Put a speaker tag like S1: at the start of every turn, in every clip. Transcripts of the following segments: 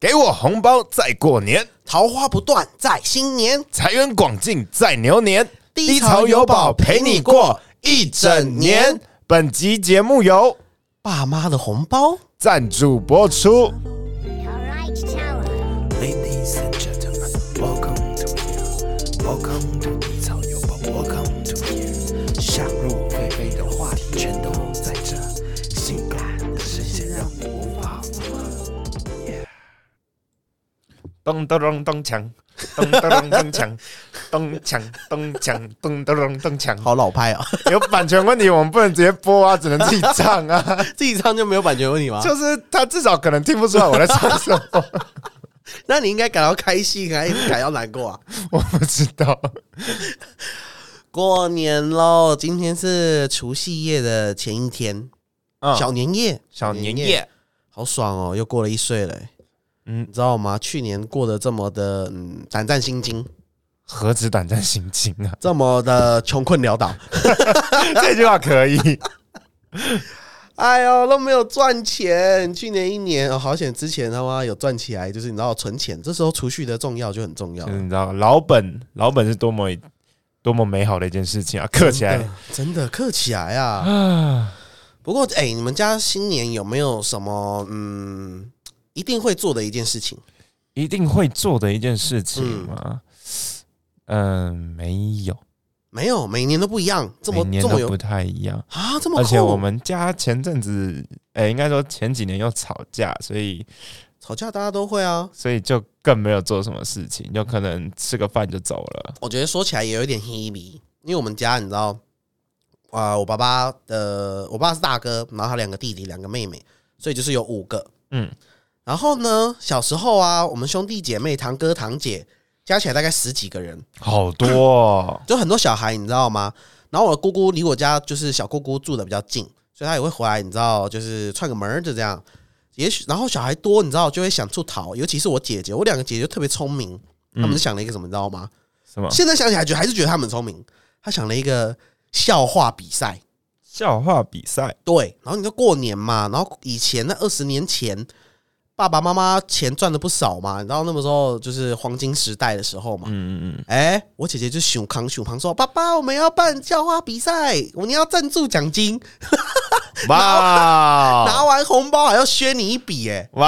S1: 给我红包在过年，
S2: 桃花不断在新年，
S1: 财源广进在牛年，
S2: 低潮有宝陪你过
S1: 一
S2: 整年。
S1: 本集节目由
S2: 爸妈的红包。
S1: 赞助播出。
S3: Alright, tower.
S4: Ladies and gentlemen, welcome to here. Welcome to 低潮有宝，Welcome to here。想入非非的话题全都在这，性感的视线让你无法负荷。
S1: 咚咚咚咚锵，咚咚咚咚锵，咚锵咚锵，咚咚咚咚锵。
S2: 好老派哦，
S1: 有版权问题，我们不能直接播 啊，只能自己唱啊。
S2: 自己唱就没有版权问题吗？
S1: 就是他至少可能听不出来我在唱什么，
S2: 那你应该感到开心，还是感到难过啊？
S1: 我不知道。
S2: 过年喽，今天是除夕夜的前一天，
S1: 嗯
S2: 小年夜，
S1: 小年夜，
S2: 好爽哦，又过了一岁了欸。
S1: 嗯
S2: 嗯，你知道吗？去年过得这么的，嗯，胆战心惊，
S1: 何止胆战心惊啊！
S2: 这么的穷困潦倒，
S1: 这句话可以。
S2: 哎呦，都没有赚钱。去年一年，哦、好险之前他妈有赚起来，就是你知道存钱，这时候储蓄的重要就很重要
S1: 就。是你知道，老本老本是多么多么美好的一件事情啊！刻起来
S2: 真的，真的刻起来啊！
S1: 啊，
S2: 不过，哎、你们家新年有没有什么嗯一定会做的一件事情？
S1: 一定会做的一件事情吗？嗯，没有，
S2: 没有，每年都不一样，这
S1: 每
S2: 么
S1: 年
S2: 这么
S1: 都
S2: 有
S1: 不太一样。
S2: 啊，这么
S1: 而且
S2: 酷
S1: 我们家前阵子，哎、应该说前几年又吵架，所以
S2: 吵架大家都会啊。
S1: 所以就更没有做什么事情，有可能吃个饭就走了。
S2: 我觉得说起来也有一点黑迷，因为我们家你知道，啊、我爸爸的我爸是大哥，然后他两个弟弟，两个妹妹，所以就是有五个。
S1: 嗯，
S2: 然后呢，小时候啊，我们兄弟姐妹、堂哥堂姐加起来大概十几个人，
S1: 好多、哦，
S2: 就很多小孩，你知道吗？然后我的姑姑离我家就是小姑姑住的比较近，所以她也会回来，你知道，就是串个门儿就这样。也许然后小孩多，你知道就会想出逃，尤其是我姐姐，我两个姐姐特别聪明，她们是想了一个什么，你知道吗？
S1: 什么
S2: 现在想起来觉得还是觉得她们很聪明，她想了一个笑话比赛。
S1: 笑话比赛？
S2: 对，然后你就过年嘛，然后以前那二十年前，爸爸妈妈钱赚的不少嘛，你知道那个时候就是黄金时代的时候嘛。
S1: 嗯嗯 嗯，
S2: 哎、我姐姐就熊扛熊扛说：“爸爸，我们要办校花比赛，我们要赞助奖金，
S1: 哇，
S2: 拿完红包还要削你一笔、哎
S1: 哦哇，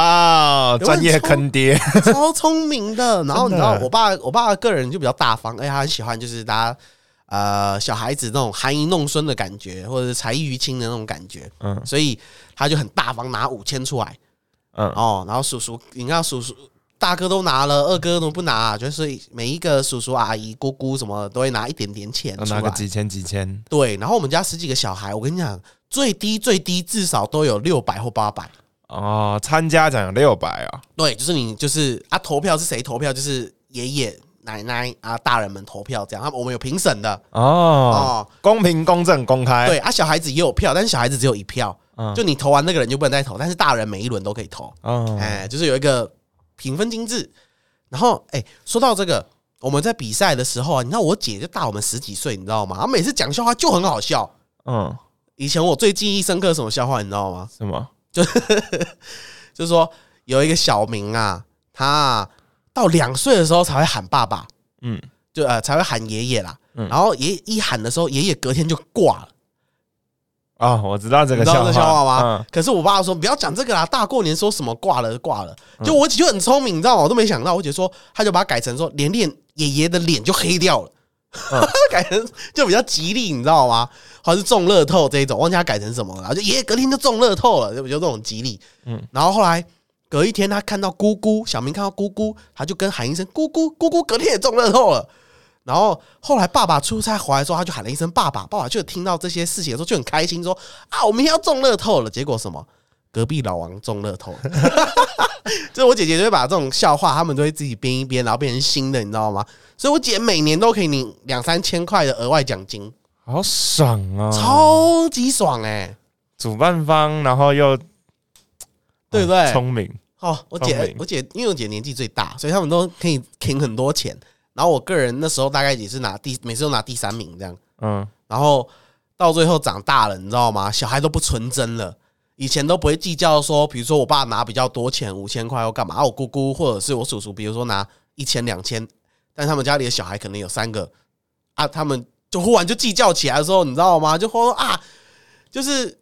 S1: 哦专业坑 爹，
S2: 超聪明 的。然后你
S1: 真的
S2: 知道，我爸我爸个人就比较大方，哎、他很喜欢就是大家呃小孩子那种含饴弄孙的感觉，或者是才艺于亲的那种感觉，
S1: 嗯
S2: 所以他就很大方拿五千出来。
S1: 嗯，
S2: 哦，然后叔叔，你看叔叔大哥都拿了，二哥都不拿、就是每一个叔叔阿姨、姑姑什么的都会拿一点点钱出
S1: 哦拿
S2: 来。
S1: 个几千几千，
S2: 对，然后我们家十几个小孩，我跟你讲，最低最低至少都有六百或八百。
S1: 哦，参加奖有六百啊，
S2: 对，就是你就是啊，投票是谁投票？就是爷爷奶奶啊，大人们投票这样。他们我们有评审的
S1: 哦
S2: 哦，
S1: 公平、公正、公开，
S2: 对，啊，小孩子也有票，但是小孩子只有一票，
S1: 嗯
S2: 就你投完那个人就不能再投，但是大人每一轮都可以投。
S1: 哦，
S2: 哎，就是有一个评分机制。然后，哎，说到这个，我们在比赛的时候啊，你知道我姐就大我们十几岁，你知道吗？她每次讲笑话就很好笑。
S1: 嗯，
S2: 以前我最记忆深刻的什么笑话，你知道吗？
S1: 什么？
S2: 就是说有一个小明啊，他啊到两岁的时候才会喊爸爸，
S1: 嗯，
S2: 就呃才会喊爷爷啦。
S1: 嗯
S2: 然后爷一喊的时候，爷爷隔天就挂了。
S1: 哦，我知道这
S2: 你
S1: 个
S2: 知道
S1: 笑话，
S2: 这笑话吗？
S1: 嗯
S2: 可是我爸说不要讲这个啦，大过年说什么挂了就挂了。
S1: 嗯
S2: 就我姐就很聪明，你知道吗？我都没想到，我姐说她就把它改成说连脸爷爷的脸就黑掉了，
S1: 嗯
S2: 改成就比较吉利，你知道吗？好像是中乐透这一种，忘记她改成什么了，然后就爷爷隔天就中乐透了，就比较这种吉利。
S1: 嗯
S2: 嗯，然后后来。隔一天，他看到姑姑，小明看到姑姑，他就跟喊一声“姑姑”，姑姑隔天也中乐透了。然后后来爸爸出差回来之后，他就喊了一声“爸爸”，爸爸就听到这些事情的时候就很开心，说：“啊，我明天要中乐透了。”结果什么？隔壁老王中乐透， 就是我姐姐就会把这种笑话，他们都会自己编一编，然后变成新的，你知道吗？所以我姐每年都可以领两三千块的额外奖金，
S1: 好爽啊！
S2: 超级爽哎、
S1: 主办方，然后又
S2: 对不对
S1: 哦聪明，
S2: 哦，我
S1: 聪
S2: 姐
S1: 明，
S2: 我姐，因为我姐年纪最大，所以他们都可以挺很多钱。然后我个人那时候大概也是拿第，每次都拿第三名这样。
S1: 嗯，
S2: 然后到最后长大了，你知道吗？小孩都不纯真了。以前都不会计较说，比如说我爸拿比较多钱，五千块或干嘛，啊我姑姑或者是我叔叔，比如说拿一千两千，但他们家里的小孩可能有三个啊，他们就忽然就计较起来的时候，你知道吗？就忽然说啊，就是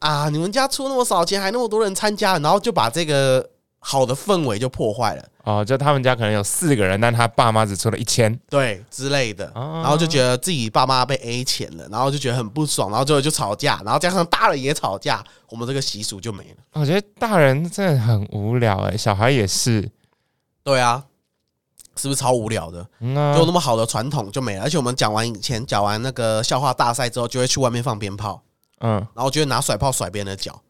S2: 啊，你们家出那么少钱，还那么多人参加，然后就把这个好的氛围就破坏了。
S1: 哦，就他们家可能有四个人，但他爸妈只出了一千，
S2: 对之类的，
S1: 啊
S2: 然后就觉得自己爸妈被 A 钱了，然后就觉得很不爽，然后最后就吵架，然后加上大人也吵架，我们这个习俗就没了。
S1: 我觉得大人真的很无聊哎、小孩也是，
S2: 对啊，是不是超无聊的？
S1: 嗯、啊
S2: 就那么好的传统就没了。而且我们讲完以前讲完那个笑话大赛之后，就会去外面放鞭炮，
S1: 嗯，
S2: 然后就会拿甩炮甩别人 的脚。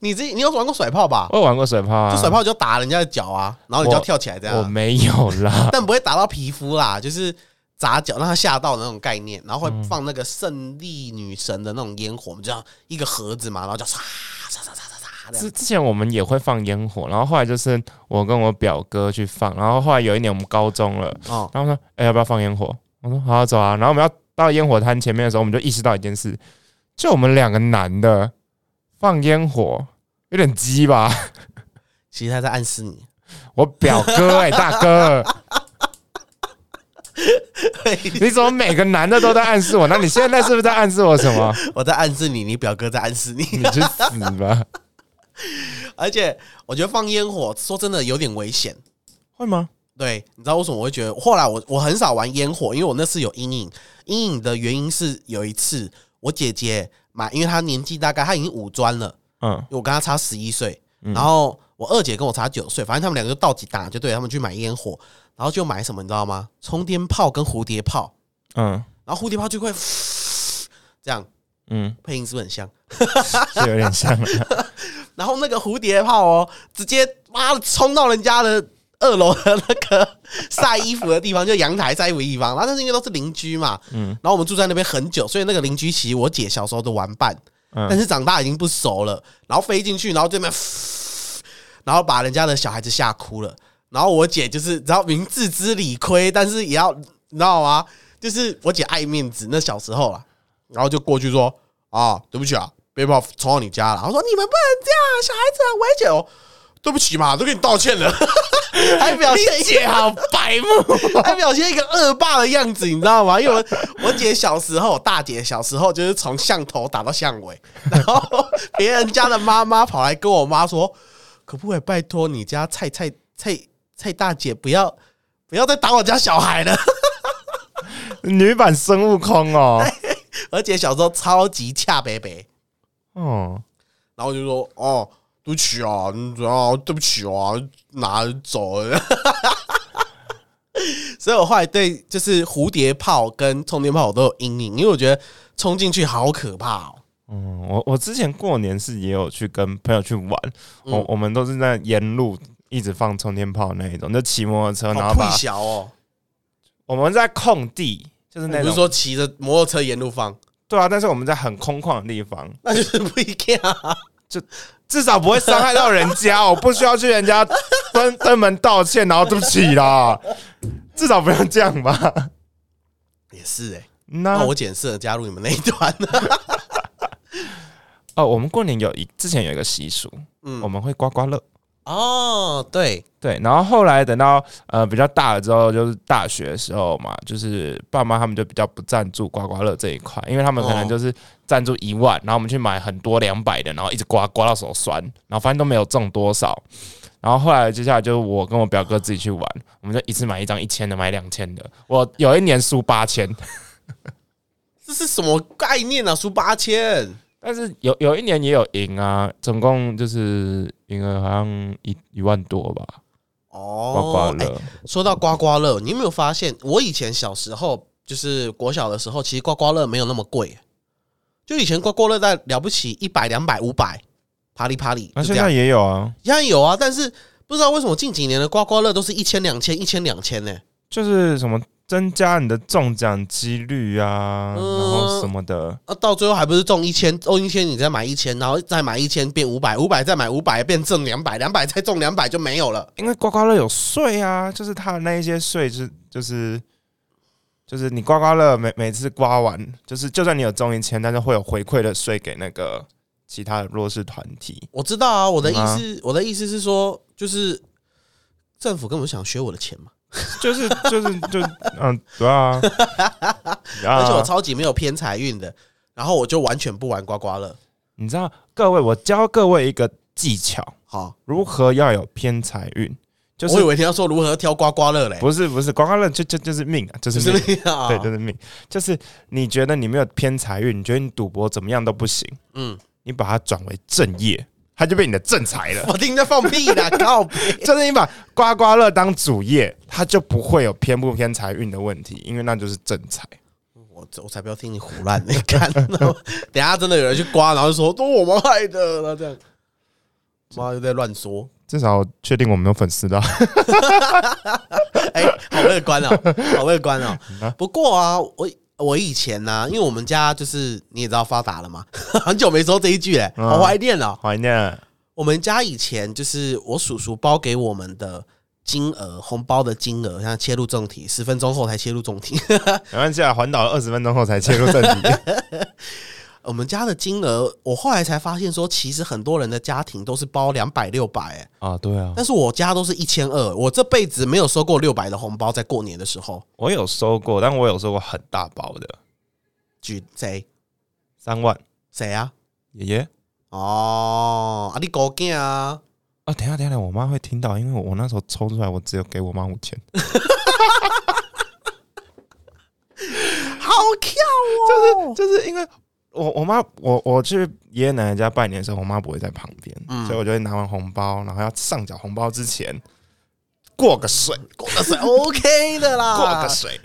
S2: 你自己你有玩过甩炮吧？
S1: 我有玩过水炮啊，
S2: 就甩炮就打人家的脚啊，然后你就要跳起来这样
S1: 我
S2: 啊。，
S1: 没有啦
S2: 但不会打到皮肤啦，就是砸脚让他吓到的那种概念，然后会放那个胜利女神的那种烟火，我们就这样一个盒子嘛，然后就唰唰唰唰唰唰这
S1: 之
S2: 样。
S1: 之前我们也会放烟火，然后后来就是我跟我表哥去放，然后后来有一年我们高中了，
S2: 哦，
S1: 然后说，哎、要不要放烟火？我说好、啊，走啊。然后我们要到烟火摊前面的时候，我们就意识到一件事，就我们两个男的放烟火有点鸡吧？
S2: 其实他在暗示你，
S1: 我表哥哎、大哥，你怎么每个男的都在暗示我？那你现在是不是在暗示我什么？
S2: 我在暗示你，你表哥在暗示你。
S1: 你去死吧！
S2: 而且我觉得放烟火，说真的有点危险。
S1: 会吗？
S2: 对，你知道为什么我会觉得？后来我我很少玩烟火，因为我那次有阴影。阴影的原因是有一次我姐姐买，因为她年纪大概她已经五专了，
S1: 嗯
S2: 因为我跟她差十一岁，然后我二姐跟我差九岁，反正他们两个就到几打就对，他们去买烟火，然后就买什么你知道吗？冲天炮跟蝴蝶炮，
S1: 嗯
S2: 然后蝴蝶炮就会 这样，
S1: 嗯，
S2: 配音是不是很像？
S1: 是有点 像了。
S2: 然后那个蝴蝶炮哦，直接妈的冲到人家的二楼的那个晒衣服的地方，就阳台晒衣服的地方。然后但是因为都是邻居嘛，嗯，然后我们住在那边很久，所以那个邻居其实我姐小时候的玩伴，
S1: 嗯
S2: 但是长大已经不熟了。然后飞进去，然后这边，然后把人家的小孩子吓哭了。然后我姐就是，然后明自知理亏，但是也要你知道吗？就是我姐爱面子，那小时候啦，然后就过去说啊，对不起啊，鞭炮冲到你家了。然后说你们不能这样，小孩子很危险哦。对不起嘛，都跟你道歉了，还表现一
S1: 啊
S2: 个好白 目，还表现一个恶霸的样子，你知道吗？因为我我姐小时候，大姐小时候就是从巷头打到巷尾，然后别人家的妈妈跑来跟我妈说，可不可以拜托你家蔡蔡蔡蔡大姐不要不要再打我家小孩了。
S1: 女版孙悟空哦，
S2: 而且小时候超级恰北北，
S1: 哦，
S2: 然后我就说哦，对不起啊，嗯啊，对不起啊，拿走 了。所以我后来对就是蝴蝶炮跟冲天炮我都有阴影，因为我觉得冲进去好可怕哦。
S1: 嗯，我我之前过年是也有去跟朋友去玩，
S2: 嗯
S1: 我我们都是在沿路一直放冲天炮那一种，就骑摩托车，然
S2: 好
S1: 后
S2: 不
S1: 把
S2: 小哦，
S1: 我们在空地，就是那
S2: 不是
S1: 种
S2: 说骑着摩托车沿路放，
S1: 对啊，但是我们在很空旷的地方，
S2: 那就是不一样啊。
S1: 至少不会伤害到人家，我不需要去人家登登门道歉，然后对不起啦，至少不要这样吧。
S2: 也是哎、
S1: 那
S2: 那我检测加入你们那一团 呢？
S1: 哦，我们过年有一之前有一个习俗，
S2: 嗯
S1: 我们会刮刮乐。
S2: 哦，对，
S1: 对，然后后来等到呃比较大了之后，就是大学的时候嘛，就是爸妈他们就比较不赞助刮刮乐这一块，因为他们可能
S2: 哦
S1: 就是赞助一万，然后我们去买很多两百的，然后一直刮刮到手酸，然后发现都没有中多少。然后后来接下来就是我跟我表哥自己去玩，我们就一次买一张一千的，买两千的。我有一年输八千，
S2: 这是什么概念啊？输八千。
S1: 但是有有一年也有赢啊，总共就是赢了好像一一万多吧，
S2: 哦，
S1: 刮刮
S2: 哎
S1: 乐。
S2: 说到刮刮乐，你有没有发现，我以前小时候就是国小的时候，其实刮刮乐没有那么贵，就以前刮刮乐在了不起一百、两百、五百，啪里啪里，
S1: 那、
S2: 就这
S1: 现
S2: 样
S1: 在。也有啊，
S2: 现在有啊，但是不知道为什么近几年的刮刮乐都是一千、两千、一千、两千呢？
S1: 就是什么增加你的中奖几率啊，
S2: 嗯
S1: 然后什么的，
S2: 啊，到最后还不是中一千，中一千你再买一千，然后再买一千变五百，五百再买五百变挣两百，两百再中两百就没有了。
S1: 因为刮刮乐有税啊，就是它的那一些税是就是就是你刮刮乐每每次刮完，就是就算你有中一千，但是会有回馈的税给那个
S5: 其他的弱势团体。
S2: 我知道啊，我的意
S1: 嗯
S2: 思，我的意思是说，就是政府根本想学我的钱嘛，
S5: 就是就是就嗯，对啊，啊
S2: 而且我超级没有偏财运的，然后我就完全不玩刮刮乐。
S1: 你知道，各位，我教各位一个技巧，
S2: 好，
S1: 如何要有偏财运，就
S2: 我以
S1: 是
S2: 为你要说如何挑刮刮乐嘞，
S1: 不是不是刮刮乐就就就是命啊，就是
S2: 是
S1: 命，
S2: 那样啊，
S1: 对，就是命，就是你觉得你没有偏财运，你觉得你赌博怎么样都不行，
S2: 嗯，
S1: 你把它转为正业，它就变你的正财 了。
S2: 我听着放屁啦，靠北！
S1: 就是你把刮刮乐当主业，它就不会有偏不偏财运的问题，因为那就是正财。
S2: 我我才不要听你胡 乱的，看，然后等一下真的有人去刮，然后就说都我们害的，然后这样，妈又在乱说，
S1: 至少确定我们有粉 丝的，
S2: 哎、好乐观 哦，好乐观哦。不过啊，我我以前呢、因为我们家就是你也知道发达了嘛， 很久没说这一句嘞、
S1: 嗯
S2: 好怀念哦。
S1: 怀念。
S2: 我们家以前就是我叔叔包给我们的金额，红包的金额，像切入正题，十分钟后才切入正题。
S1: 没关系啊，环岛二十分钟后才切入正 题。
S2: 我们家的金额，我后来才发现说，其实很多人的家庭都是包两百六百，哎，
S1: 啊，对啊，
S2: 但是我家都是一千二，我这辈子没有收过六百的红包，在过年的时候，
S1: 我有收过，但我有收过很大包的，
S2: 举谁
S1: 三万。
S2: 谁啊？
S1: 爷爷
S2: 哦，啊，你狗囝啊，
S1: 啊，等一下等一下，我妈会听到，因为我那时候抽出来，我只有给我妈五千，
S2: 好巧哦，
S1: 就是因为我我妈我我去爷爷奶奶家拜年的时候，我妈不会在旁边，所以我就会拿完红包，然后要上缴红包之前过个水，过
S2: 那是 OK 的啦，
S1: 过个水。
S2: 啊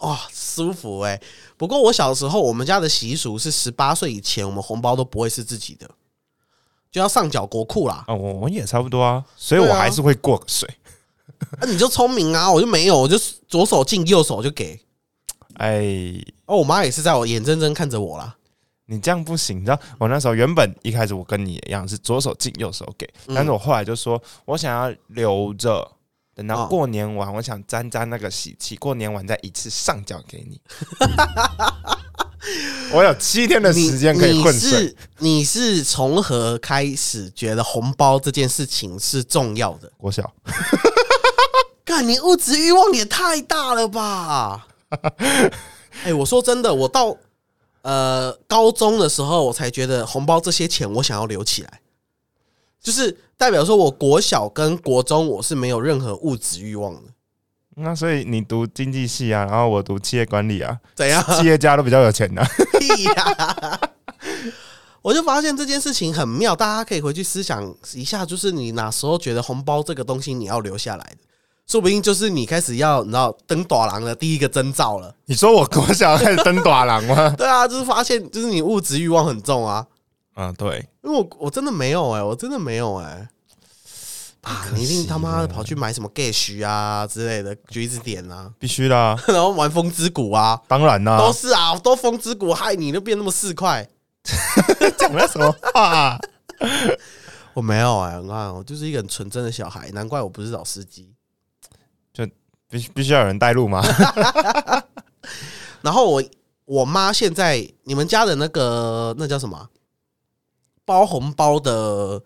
S2: 哇、哦舒服哎、不过我小时候，我们家的习俗是十八岁以前，我们红包都不会是自己的，就要上缴国库啦。
S1: 啊，我我也差不多啊，所以
S2: 对
S1: 我
S2: 啊
S1: 还是会过个水。
S2: 那、你就聪明啊，我就没有，我就左手进右手就给。
S1: 哎，
S2: 哦，我妈也是在我眼睁睁看着我啦。
S1: 你这样不行，你知道我那时候原本一开始我跟你一样是左手进右手给，但是我后来就说我想要留着。等到
S2: 哦
S1: 过年完，我想沾沾那个喜气，过年完再一次上缴给你。 我有七天的
S2: 你
S1: 时间可以混水，
S2: 你是你是从何开始觉得红包这件事情是重要的？
S1: 国小
S2: 干，你物质欲望也太大了吧！ 哎、我说真的，我到呃高中的时候，我才觉得红包这些钱我想要留起来，就是代表说我国小跟国中我是没有任何物质欲望的。
S1: 那所以你读经济系啊，然后我读企业管理啊，
S2: 怎样？
S1: 企业家都比较有钱啊的、
S2: 屁呀！啊 我就发现这件事情很妙，大家可以回去思想一下，就是你哪时候觉得红包这个东西你要留下来的，说不定就是你开始要你知道登短廊的第一个征兆了。？
S1: 你说我国小开始登短廊吗
S2: 对啊，就是发现就是你物质欲望很重啊，
S1: 嗯，对，
S2: 因为我我真的没有哎、我真的没有哎、啊，你一定他妈的跑去买什么 Gash 啊之类的橘子点啊，
S1: 必须的、啊，
S2: 然后玩风之谷啊，
S1: 当然啦、
S2: 都是啊，都风之谷害你都变那么四块，
S1: 讲了什么话？
S2: 我没有哎、你看我就是一个很纯真的小孩，难怪我不是老司机。
S1: 必必须要有人带路吗？
S2: 然后我我妈现在你们家的那个那叫什么啊包红包的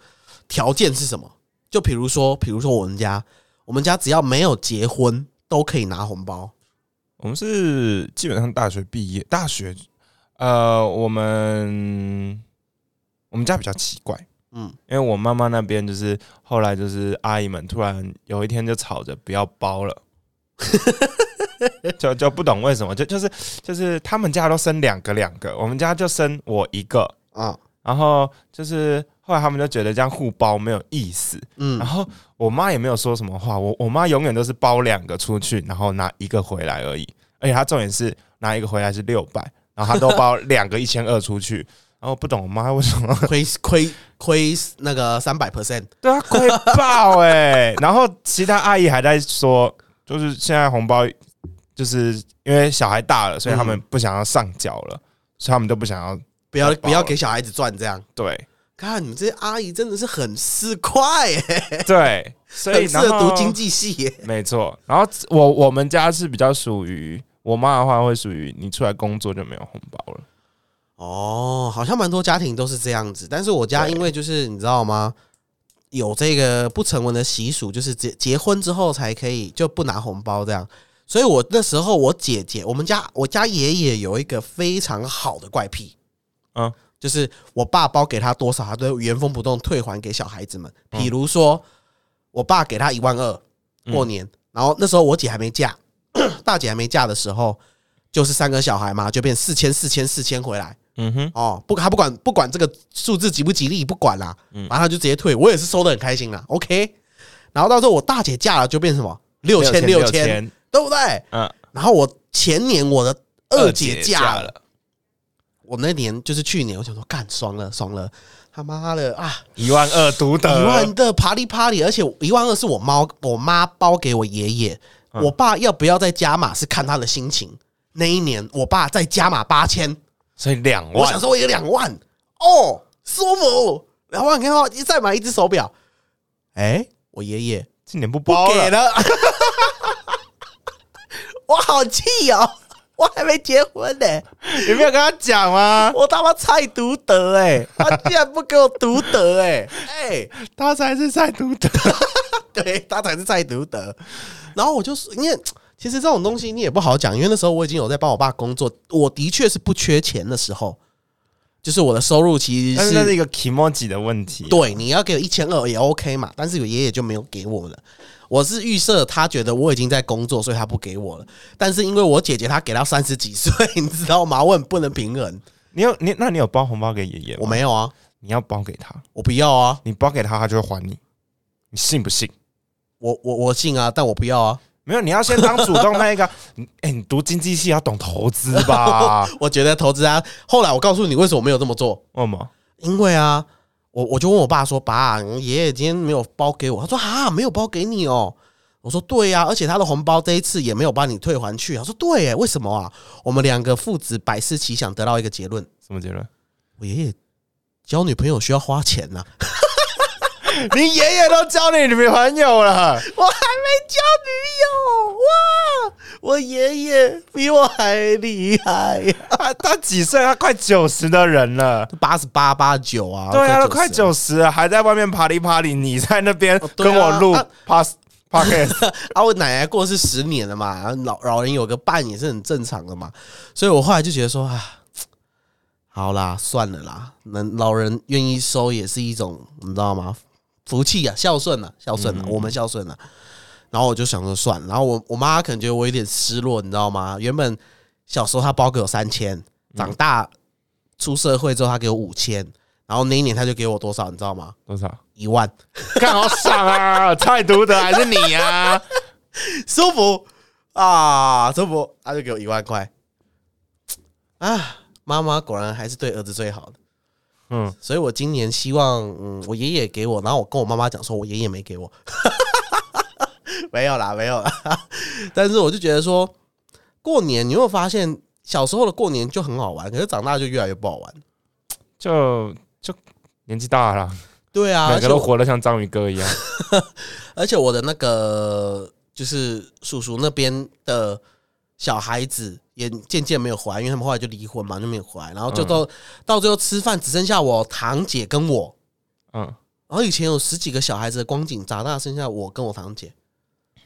S2: 条件是什么？就比如说，比如说我们家，我们家只要没有结婚都可以拿红包。
S1: 我们是基本上大学毕业，大学，呃，我们我们家比较奇怪，
S2: 嗯，
S1: 因为我妈妈那边就是后来就是阿姨们突然有一天就吵着不要包了。就就不懂为什么，就就是就是他们家都生两个两个，我们家就生我一个，
S2: 啊，
S1: 然后就是后来他们就觉得这样互包没有意思，
S2: 嗯
S1: 然，后我妈也没有说什么话，我我妈永远都是包两个出去，然后拿一个回来而已。而且她重点是拿一个回来是六百，然后她都包两个一千二出去。 然后不懂我妈为什么
S2: 亏亏亏那个三百 percent，
S1: 对她亏爆哎、然后其他阿姨还在说，就是现在红包就是因为小孩大了，所以他们不想要上缴了，所以他们都不想要
S2: 不要
S1: 包
S2: 不要给小孩子赚这样。
S1: 对
S2: 看你们这些阿姨真的是很市侩耶、
S1: 对，所以
S2: 很适合
S1: 然后
S2: 读经济系欸耶、
S1: 没错，然后我我们家是比较属于我妈的话会属于你出来工作就没有红包了，
S2: 哦，好像蛮多家庭都是这样子，但是我家因为就是你知道吗，有这个不成文的习俗，就是结结婚之后才可以就不拿红包这样。所以我那时候我姐姐，我们家我家爷爷有一个非常好的怪癖，
S1: 嗯，
S2: 就是我爸包给他多少，他都会原封不动退还给小孩子们。比如说，我爸给他一万二过年，然后那时候我姐还没嫁， 大姐还没嫁的时候，就是三个小孩嘛，就变四千四千四千回来。
S1: 嗯哼，
S2: 哦，不，他不管不管这个数字吉不吉利，不管啦，然后他就直接退，我也是收的很开心啦，OK。然后到时候我大姐嫁了，就变成什么六千六千，，对不对？
S1: 嗯，
S2: 然后我前年我的二姐嫁了，
S1: 了，
S2: 我那年就是去年，我想说干爽了爽了，他妈的啊，
S5: 一万二独
S2: 一
S5: 得
S2: 万，的啪里啪里，而且一万二是我妈我妈包给我爷爷，我爸要不要再加码是看他的心情。那一年我爸再加码八千。
S1: 所以两
S2: 我
S1: 万
S2: 想，说我有两万哦，舒服。然后我看到一再买一只手表，哎、我爷爷
S5: 今年不
S2: 不
S5: 包
S2: 给
S5: 了，
S2: 了， 我好气哦，我还没结婚呢、
S5: 有没有跟他讲吗？
S2: 我他妈菜独得哎、他竟然不给我独得哎、哎、
S5: 他才是在独 得，
S2: 对他才是菜独得。然后我就是因为其实这种东西你也不好讲，因为那时候我已经有在帮我爸工作，我的确是不缺钱的时候，就是我的收入其实
S5: 但是那是一个 emoji 的问题。
S2: 对，你要给我一千二也 OK 嘛，但是我爷爷就没有给我了。我是预设他觉得我已经在工作，所以他不给我了。但是因为我姐姐她给到三十几岁， 你知道吗？我很不能平衡。
S1: 你有你那你有包红包给爷爷吗？
S2: 我，没有啊，
S1: 你要包给他，
S2: 我不要啊，
S1: 你包给他，他就会还你，你信不信？
S2: 我我我信啊，但我不要啊。
S1: 没有，你要先当主动那一个。 你哎、你读经济系要懂投资 吧？
S2: 我觉得投资啊，后来我告诉你为什么没有这么做，
S1: 为什么？
S2: 因为啊，我我就问我爸说：“爸，你爷爷今天没有包给我。”他说：“啊，没有包给你哦。”我说：“对呀、而且他的红包这一次也没有帮你退还去。”他说：“对耶，为什么啊？”我们两个父子百思其想，得到一个结论：
S1: 什么结论？
S2: 我爷爷交女朋友需要花钱呐、
S5: 你爷爷都教你女朋友了，
S2: 我还没交女友哇！我爷爷比我还厉害呀、
S1: 啊
S5: 他他几岁？他快九十的人了。
S2: 八十八八九啊，
S5: 对啊，都快
S2: 90
S5: 九十了，还在外面爬里爬里，你在那边
S2: 哦对啊
S5: 跟我录
S2: 啊
S5: pass podcast，
S2: 啊，我奶奶过世十年了嘛，老老人有个伴也是很正常的嘛，所以我后来就觉得说啊，好啦，算了啦，能老人愿意收也是一种，你知道吗？福气啊，孝顺啊，孝顺啊，我们孝顺啊。然后我就想说算了，然后我我妈可能觉得我有点失落，你知道吗？原本小时候她包给我三千，长大出社会之后她给我五千，然后那一年她就给我多少，你知道吗？
S1: 多少？
S2: 一万。
S1: 看好爽啊！菜读的还是你啊？
S2: 舒服啊，舒服，他就给我一万块。啊，妈妈果然还是对儿子最好的。
S1: 嗯，
S2: 所以我今年希望，嗯，我爷爷给我，然后我跟我妈妈讲说，我爷爷没给我， 没有啦，没 有啦。但是我就觉得说，过年你有没有发现，小时候的过年就很好玩，可是长大就越来越不好玩。
S1: 就就年纪大了，
S2: 对啊，
S1: 每
S2: 而
S1: 个
S2: 且
S1: 都
S2: 我
S1: 活得像章鱼哥一样。
S2: 而且我的那个就是叔叔那边的小孩子也渐渐没有回来，因为他们后来就离婚嘛，就没有回来。然后就到、到最后吃饭只剩下我堂姐跟我，
S1: 嗯
S2: 然后以前有十几个小孩子的光景，长大剩下我跟我堂姐，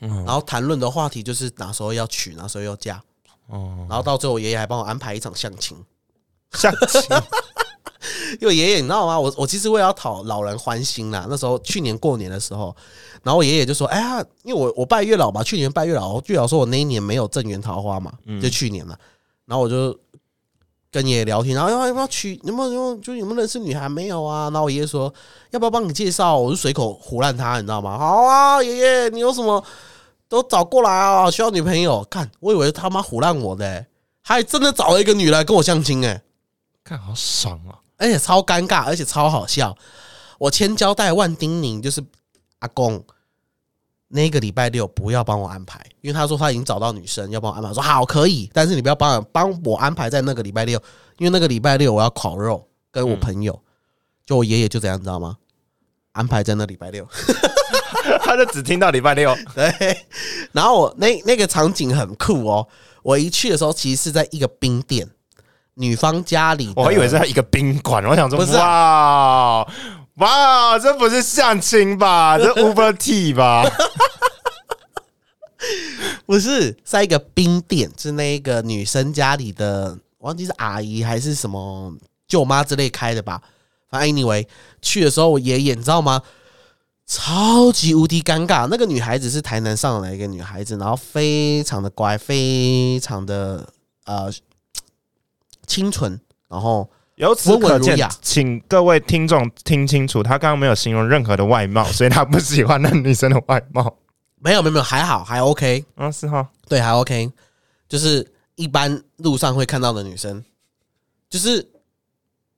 S1: 嗯
S2: 然后谈论的话题就是哪时候要娶，哪时候要嫁，
S1: 哦，
S2: 然后到最后我爷爷还帮我安排一场相亲。
S5: 像
S2: 因为爷爷，你知道吗？我我其实为了要讨老人欢心啦。那时候去年过年的时候，然后我爷爷就说：“哎呀，因为我我拜月老嘛，去年拜月老，月老说我那一年没有正缘桃花嘛，就去年了。然后我就跟爷爷聊天，然后要要不要娶？有没有有没有就有没有认识女孩？没有啊。然后我爷爷说：要不要帮你介绍？我就随口胡乱他，你知道吗？好啊，爷爷，你有什么都找过来啊，需要女朋友。看，我以为他妈胡乱我的、欸，还真的找了一个女来跟我相亲哎、
S1: 看好爽啊！
S2: 而且超尴尬，而且超好笑。我千交代万叮咛，就是阿公那个礼拜六不要帮我安排，因为他说他已经找到女生要帮我安排，我说好可以，但是你不要帮我帮我安排在那个礼拜六，因为那个礼拜六我要烤肉，跟我朋
S1: 嗯
S2: 友，就我爷爷就怎样，你知道吗？安排在那礼拜六，
S5: 他就只听到礼拜六，
S2: 对。然后我那那个场景很酷哦，我一去的时候其实是在一个冰店，女方家里的，
S1: 我还以为是他一个宾馆，我想说，
S2: 不是
S1: 哇哇，这不是相亲吧？这 Uber T 吧？
S2: 不是在一个冰店，是那个女生家里的，忘记是阿姨还是什么舅妈之类开的吧。反正 anyway，去的时候我爷爷你知道吗？超级无敌尴尬。那个女孩子是台南上来的一个女孩子，然后非常的乖，非常的呃清纯，然后
S1: 由此可
S2: 温文儒
S1: 见
S2: 雅，
S1: 请各位听众听清楚，他刚刚没有形容任何的外 貌，所以他不喜欢那女生的外 貌。
S2: 没有没有没有还好还 OK，
S1: 嗯，是哈，
S2: 对，还 OK，就是一般路上会看到的女生，就是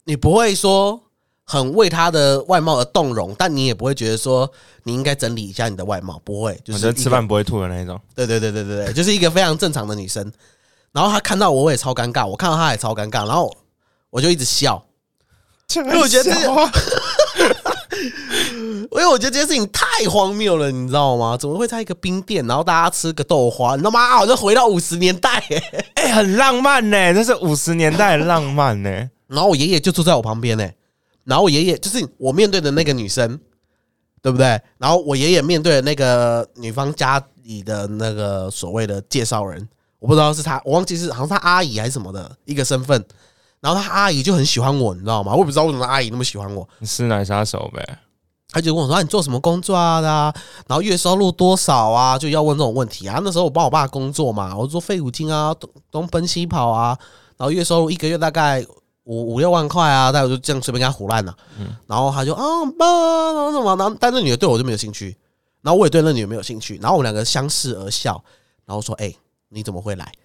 S2: 你不会说很为她的外貌而动容，但你也不会觉得说你应该整理一下你的外貌，不会，就
S1: 我
S2: 是
S1: 觉得
S2: 一
S1: 哦吃
S2: 个
S1: 饭，不会吐的那一种。
S2: 对对对对对对，就是一个非常正常的女生。然后她看到我，我也超尴尬，我看到她也超尴尬，然后我就一直笑，
S5: 因
S2: 为我觉得这个因为我觉得这件事情太荒谬了，你知道吗？怎么会在一个冰店，然后大家吃个豆花？你他妈好像啊回到五十年代、欸，
S1: 哎、很浪漫呢、这是五十年代的浪漫呢、
S2: 然后我爷爷就坐在我旁边呢、欸然后我爷爷就是我面对的那个女生，对不对？然后我爷爷面对的那个女方家里的那个所谓的介绍人，我不知道是他，我忘记是好像是他阿姨还是什么的一个身份。然后他阿姨就很喜欢我，你知道吗？我也不知道为什么他阿姨那么喜欢我，
S1: 你是奶杀手呗？
S2: 他就问我说、啊：“你做什么工作啊？的啊然后月收入多少啊？”就要问这种问题啊。那时候我帮我爸工作嘛，我做废五金啊，东东奔西跑啊，然后月收入一个月大概五五六万块啊，大概我就这样随便跟他胡乱了、然后他就啊，很棒啊，然后什么，然后但那女的对我就没有兴趣，然后我也对那女的没有兴趣，然后我们两个相视而笑，然后说：“哎、你怎么会来？”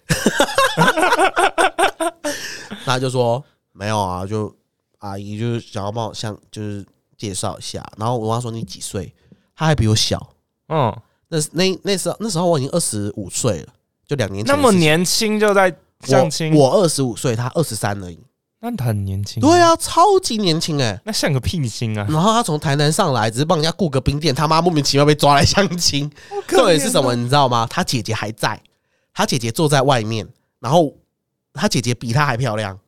S2: 那他就说：“没有啊，就阿姨就是想要帮我相，就是介绍一下。然后我妈说你几岁？她还比我小。
S1: 嗯，
S2: 那那那时候那时候我已经二十五岁了，就两年前
S1: 那
S2: 的事
S1: 么
S2: 情。
S1: 年轻就在相亲，
S2: 我二十五岁，她二十三而已。
S1: 那他很年轻。
S2: 对，啊，超级年轻哎、
S1: 那像个屁星啊！
S2: 然后她从台南上来，只是帮人家雇个冰店，他妈莫名其妙被抓来相亲。
S1: 哦
S2: 重点是什么？你知道吗？她姐姐还在，她姐姐坐在外面，然后她姐姐比她还漂亮。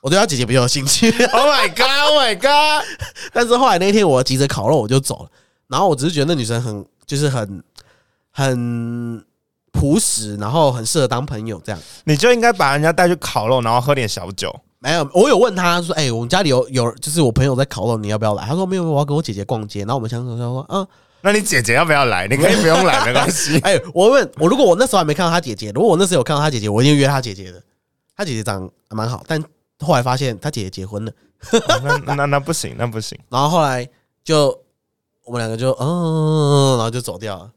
S2: 我对她姐姐比较有兴趣。
S1: Oh my god! Oh my god!
S2: 但是后来那天我急着烤肉我就走了，然后我只是觉得那女生很就是很很朴实，然后很适合当朋友这样。
S1: 你就应该把人家带去烤肉，然后喝点小酒。
S2: 没有，我有问她说：“哎、我们家里有有，就是我朋友在烤肉，你要不要来？”她说：“没有，没有我要跟我姐姐逛街。”然后我们想想想说：“嗯，
S1: 那你姐姐要不要来？你可以不用来，没关系。
S2: 哎、我问我如果我那时候还没看到她姐姐，如果我那时候有看到她姐姐，我一定约她姐姐的。她姐姐长得蛮好，但后来发现她姐姐结婚了。”
S1: 哦那那那那不行，那不行。
S2: 然后后来就我们两个就嗯，然后就走掉了。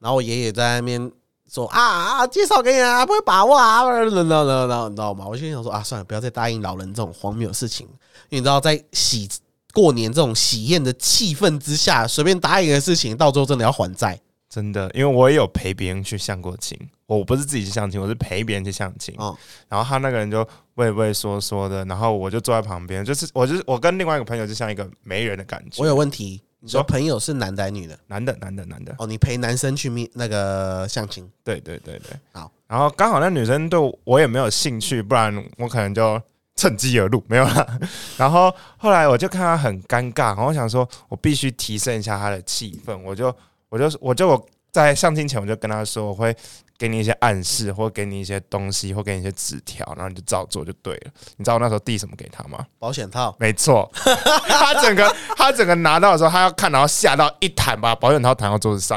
S2: 然后我爷爷在那边说啊啊，介绍给你啊，不会把握啊，然后然后然后你知道吗？我心里想说啊，算了，不要再答应老人这种荒谬的事情，因为你知道在喜过年这种喜宴的气氛之下，随便答应的事情，到最后真的要还债
S1: 真的，因为我也有陪别人去相过亲，我不是自己去相亲，我是陪别人去相亲。
S2: 哦。
S1: 然后他那个人就畏畏缩缩的，然后我就坐在旁边，就是我就是我跟另外一个朋友就像一个媒人的感觉。
S2: 我有问题，你说
S1: 说
S2: 朋友是男的还是女的？
S1: 男的，男的，男的，
S2: 哦，你陪男生去面那个相亲，
S1: 对对对对，
S2: 好。
S1: 然后刚好那女生对我也没有兴趣，不然我可能就趁机而入，没有啦。然后后来我就看她很尴尬，然后我想说我必须提升一下她的气氛，我就我就我就我在相亲前我就跟她说我会。给你一些暗示，或给你一些东西，或给你一些纸条，然后你就照做就对了。你知道我那时候递什么给她吗？
S2: 保险套，
S1: 没错，他整个他整个拿到的时候，他要看，然后吓到一弹，把保险套弹到桌子上。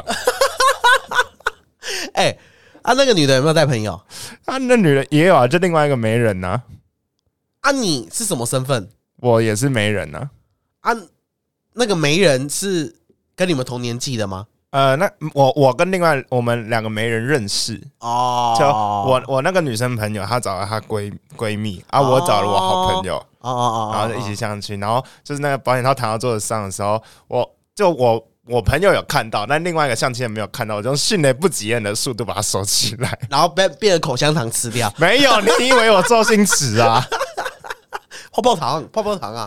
S2: 哎、啊，那个女的有没有带朋友？
S1: 啊，那女人也有啊，就另外一个媒人呢、
S2: 啊，你是什么身份？
S1: 我也是媒人呢、
S2: 啊，那个媒人是跟你们同年纪的吗？
S1: 呃，那我我跟另外我们两个媒人认识，
S2: 哦
S1: 就我我那个女生朋友，她找了她闺闺蜜啊，我找了我好朋友，
S2: 哦哦哦，
S1: 然后就一起相亲，然后就是那个保险套弹到桌子上的时候，我就我我朋友有看到，但另外一个相亲人没有看到，我就用迅雷不及掩的速度把它收起 来。
S2: 然后被变成口香糖吃掉，
S1: 没有，你以为我周星驰 啊？
S2: 泡泡糖，泡泡糖啊！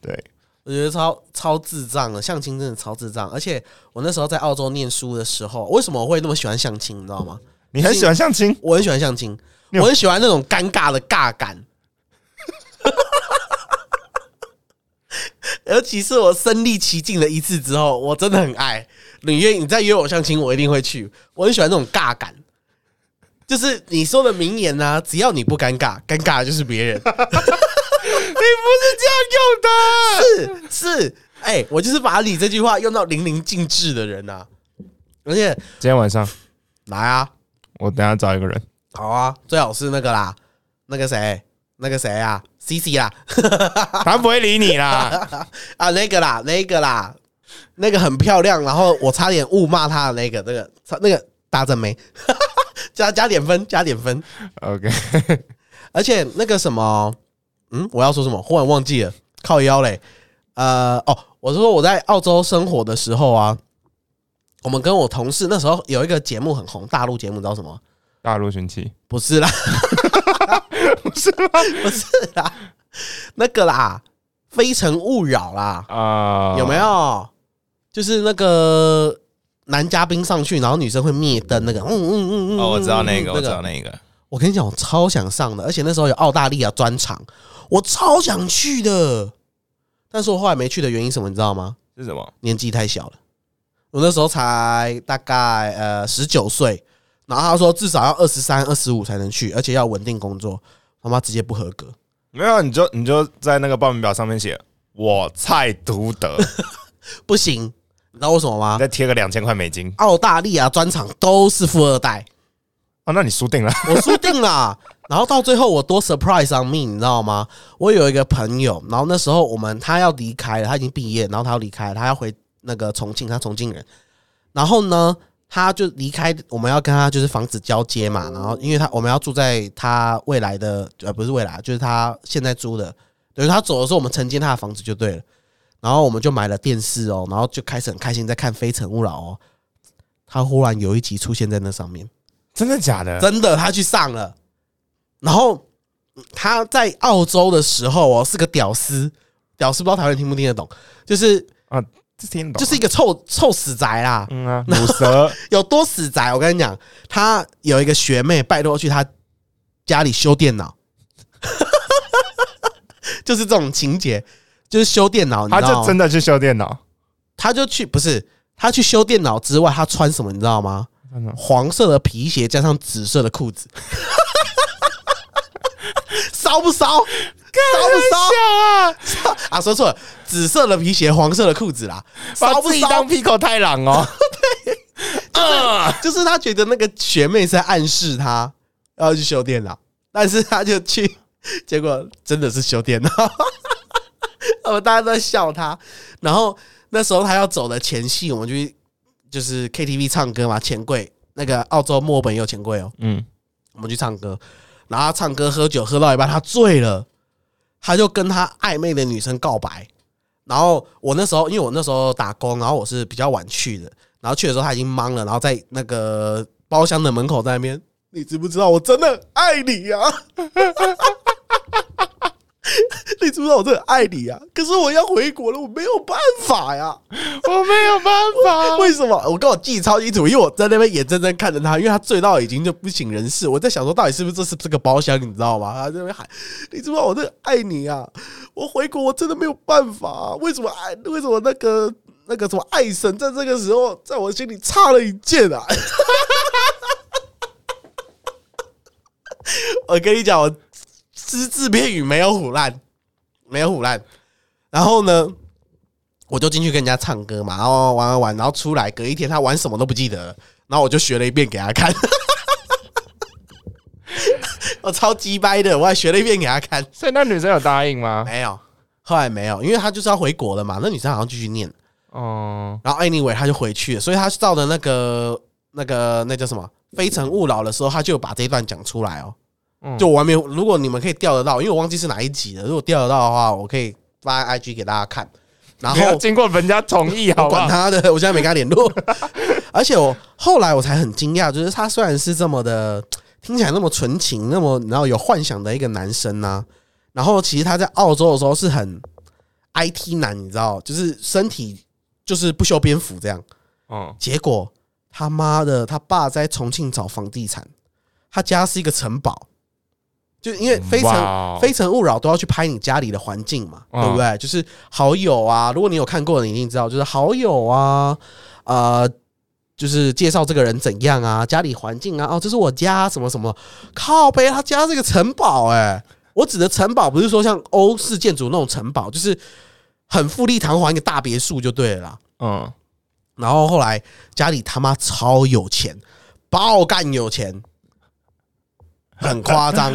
S1: 对，
S2: 我觉得超超智障的，相亲真的超智障。而且我那时候在澳洲念书的时候，为什么我会那么喜欢相亲，你知道吗？
S5: 你很喜欢相亲，
S2: 我很喜欢相亲，
S5: 你有
S2: 我很喜欢那种尴尬的尬感，尤其是我身历其境了一次之后，我真的很爱你约你再约我相亲，我一定会去。我很喜欢那种尬感，就是你说的名言啊，只要你不尴尬，尴尬的就是别人。
S5: 你
S2: 是是，哎、我就是把你这句话用到淋漓尽致的人啊！而且
S1: 今天晚上
S2: 来啊，
S1: 我等一下找一个人，
S2: 好啊，最好是那个啦，那个谁，那个谁啊，C C 啦，
S1: 他不会理你 啦。
S2: 啊那个啦，那个啦，那个很漂亮，然后我差点误骂她的那个，那个差那个大正妹，加加点分，加点分，
S1: OK，
S2: 而且那个什么，嗯，我要说什么，忽然忘记了，靠腰嘞。呃，哦，我是说我在澳洲生活的时候啊，我们跟我同事那时候有一个节目很红，大陆节目，你知道什么？
S1: 大陆寻妻，
S2: 不是啦， 不是啦，不是啦，那个啦，《非诚勿扰》啦，
S1: 啊、
S2: 有没？有？就是那个男嘉宾上去，然后女生会灭灯那个，嗯嗯嗯嗯嗯，
S6: 哦，我知道那
S2: 嗯
S6: 个，
S2: 嗯
S6: 我知道那个，
S2: 我跟你讲，我超想上的，而且那时候有澳大利亚专场，我超想去的。但是我后来没去的原因是什么，你知道吗？
S6: 是什么？
S2: 年纪太小了，我那时候才大概呃十九岁，然后他说至少要二十三、二十五才能去，而且要稳定工作，他妈直接不合格。
S6: 没
S1: 啊
S6: 有，你就你就在那个报名表上面写我蔡独 德，
S2: 不行，你知道为什么吗
S6: 你？再贴个两千块美金。
S2: 澳大利亚专场都是富二代，
S6: 哦，那你输定了。
S2: 我输定了。然后到最后我多 surprise on me，你知道吗？我有一个朋友，然后那时候我们他要离开了，他已经毕业，然后他要离开了，他要回那个重庆，他重庆人。然后呢，他就离开，我们要跟他就是房子交接嘛，然后因为他我们要住在他未来的呃不是未来，就是他现在租的，等于他走的时候我们承接他的房子就对了。然后我们就买了电视哦，然后就开始很开心在看《非诚勿扰》哦。他忽然有一集出现在那上面。
S1: 真的假的？
S2: 真的，他去上了。然后嗯他在澳洲的时候哦，是个屌丝，屌丝不知道台湾人听不听得懂，就是
S1: 这听得懂啊？
S2: 就是一个臭臭死宅啦，
S1: 嗯 啊，乳蛇
S2: 有多死宅？我跟你讲，他有一个学妹拜托去他家里修电脑， 就是这种情节，就是修电脑，你
S1: 他
S2: 知道
S1: 就
S2: 吗
S1: 真的去修电脑。
S2: 他就去不是他去修电脑之外，他穿什么你知道吗？
S1: 穿什么
S2: 黄色的皮鞋加上紫色的裤子， 骚不骚？骚
S1: 哎
S2: 不骚？啊，说错了，紫色的皮鞋，黄色的裤子啦，骚
S1: 把
S2: 不
S1: 自己
S2: 骚
S1: 当？Pico 太郎 哦。 啊
S2: 就是他觉得那个学妹是在暗示他要去修电脑，但是他就去，结果真的是修电脑， 我们大家都在笑他。然后那时候他要走的前戏，我们就去就是 KTV 唱歌嘛，钱柜那个澳洲墨尔本也有钱柜哦，
S1: 嗯，
S2: 我们去唱歌，然后他唱歌喝酒喝到一半，他醉了，他就跟他暧昧的女生告白。然后我那时候，因为我那时候打工，然后我是比较晚去的，然后去的时候他已经懵了，然后在那个包厢的门口在那边，你知不知道我真的爱你啊呀、 你知不知道我真的爱你呀、可是我要回国了，我没有办法呀、
S1: 我没有办法。
S2: 为什么？我跟我记忆超清楚，因为我在那边眼睁睁看着他，因为他醉到已经就不省人事。我在想说，到底是不是这是这个包厢，你知道吗？他在那边喊：“你知不知道我真的爱你啊！我回国我真的没有办法、啊，为什么爱？为什么那个那个什么爱神在这个时候在我心里插了一箭啊？” 我跟你讲，我只字片语没有虎烂，没有虎烂。然后呢？我就进去跟人家唱歌嘛，然后玩玩玩，然后出来隔一天他玩什么都不记得了，然后我就学了一遍给他看， 我超鸡掰的，我还学了一遍给他看，
S1: 所以那女生有答应吗？
S2: 没有，后来没有，因为他就是要回国了嘛，那女生好像继续念，
S1: 哦，
S2: 然后 anyway 他就回去了，所以他照的那个那个那叫什么《非诚勿扰》的时候，他就有把这一段讲出来哦，
S1: 嗯
S2: 就我还没有，如果你们可以调得到，因为我忘记是哪一集了，如果调得到的话，我可以发 IG 给大家看，然
S1: 没有
S2: 后
S1: 经过人家同意，好
S2: 哦我
S1: 不好
S2: 管？他的， 我现在没跟他联络。而且我后来我才很惊讶，就是他虽然是这么的听起来那么纯情，那么然后有幻想的一个男生呐、然后其实他在澳洲的时候是很 IT 男，你知道，就是身体就是不修边幅这样。
S1: 嗯，
S2: 结果他妈的，他爸在重庆找房地产，他家是一个城堡，就因为《非诚
S1: 哇哦
S2: 非诚勿扰》都要去拍你家里的环境嘛，
S1: 嗯
S2: 对不对？就是好友啊，如果你有看过的，你一定知道，就是好友啊，呃。就是介绍这个人怎样啊，家里环境啊，哦，这是我家什么什么，靠背他家是个城堡哎、我指的城堡不是说像欧式建筑那种城堡，就是很富丽堂皇一个大别墅就对了啦。
S1: 嗯，
S2: 然后后来家里他妈超有钱，爆干有钱，很夸张。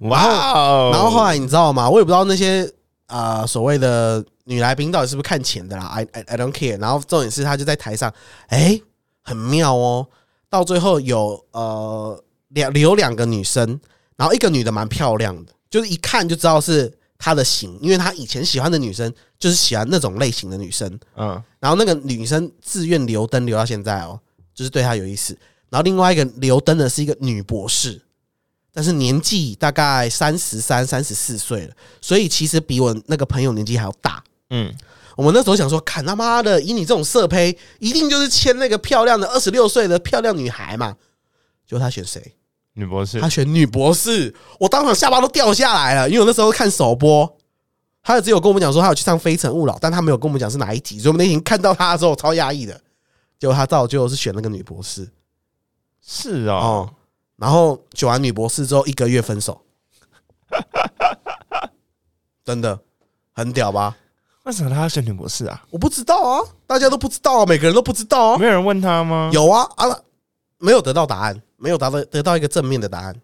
S6: 哇哦！
S2: 然后后来你知道吗？我也不知道那些啊、呃所谓的女来宾到底是不是看钱的啦，I I, I don't care。然后重点是她就在台上，哎、很妙哦。到最后有呃两有两个女生，然后一个女的蛮漂亮的，就是一看就知道是她的型，因为她以前喜欢的女生就是喜欢那种类型的女生。
S6: 嗯，
S2: 然后那个女生自愿留灯留到现在哦，就是对她有意思。然后另外一个留灯的是一个女博士，但是年纪大概三十三、三十四岁了，所以其实比我那个朋友年纪还要大。
S1: 嗯，
S2: 我们那时候想说，看他妈的，以你这种色胚，一定就是签那个漂亮的二十六岁的漂亮女孩嘛。结果他选谁？
S1: 女博士
S2: 他选女博士，我当场下巴都掉下来了，因为我那时候看首播，他只有跟我们讲说他有去上《非诚勿扰》，但他没有跟我们讲是哪一集，所以我们那天看到他的时候超压抑的。结果他到最后是选那个女博士
S1: 是哦，
S2: 哦，然后选完女博士之后一个月分手，真的很屌吧？
S1: 为什么他要选女博士啊？
S2: 我不知道啊，大家都不知道啊，每个人都不知道啊
S1: 没，有人问他吗？
S2: 有啊啊，没有得到答案，没有达到得到一个正面的答案。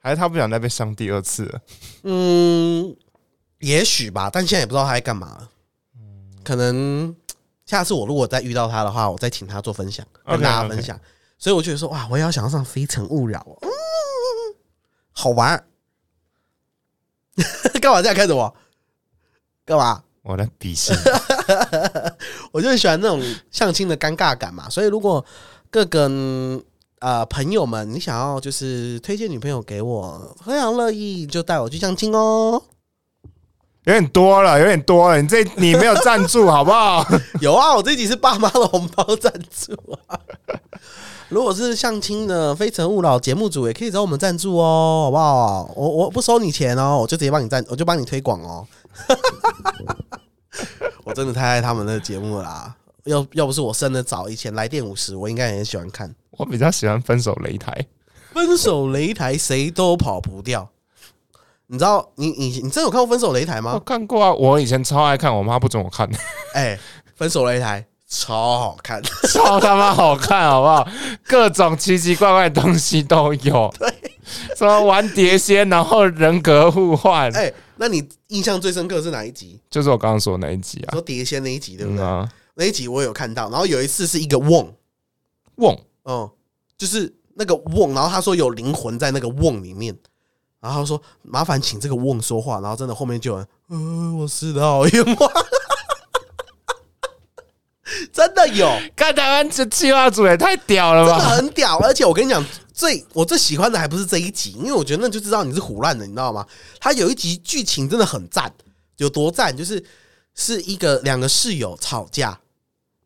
S6: 还是他不想再被伤第二次了？
S2: 嗯，也许吧，但现在也不知道他在干嘛了。可能下次我如果再遇到他的话，我再请他做分享，跟
S1: OK，OK
S2: 大家分享。所以我觉得说，哇，我也要想要上《非诚勿扰》哦，嗯好玩 儿。干嘛这样看着我？干嘛？
S6: 我在鄙视你，
S2: 我就很喜欢那种相亲的尴尬感嘛。所以如果各个嗯呃朋友们，你想要就是推荐女朋友给我，非常乐意就带我去相亲哦。
S6: 有点多了，有点多了。你这你没有赞助好不 好？
S2: 有啊，我这集是爸妈的红包赞助啊。 如果是相亲的《非诚勿扰》节目组，也可以找我们赞助哦，好不好？我我不收你钱哦，我就直接帮你赞，我就帮你推广哦。 我真的太爱他们的节目了啦，要要不是我生的早，以前来电五十，我应该也很喜欢看。
S1: 我比较喜欢分手擂台，
S2: 分手擂台谁都跑不掉，你知道？你你你真的有看过《分手擂台》吗
S1: 我？看过啊，我以前超爱看，我妈不准我 看，
S2: 哎、分手擂台》超好看。
S1: 超他妈好看，好不好？各种奇奇怪怪的东西都有，什么玩碟仙，然后人格互换，
S2: 哎、那你印象最深刻是哪一集？
S1: 就是我刚刚说的那一集啊，
S2: 说碟仙那一集对不
S1: 嗯
S2: 对？
S1: 啊，
S2: 那一集我有看到，然后有一次是一个瓮，
S1: 瓮，
S2: 嗯，就是那个瓮，然后他说有灵魂在那个瓮里面，然后他说麻烦请这个瓮说话，然后真的后面就有人，呃，我是老夜猫， 真的有，
S1: 看台湾这计划组也太屌了
S2: 真的
S1: 吧！
S2: 很屌。而且我跟你讲，最我最喜欢的还不是这一集，因为我觉得那就知道你是胡乱的，你知道吗？他有一集剧情真的很赞，有多赞？就是是一个两个室友吵架，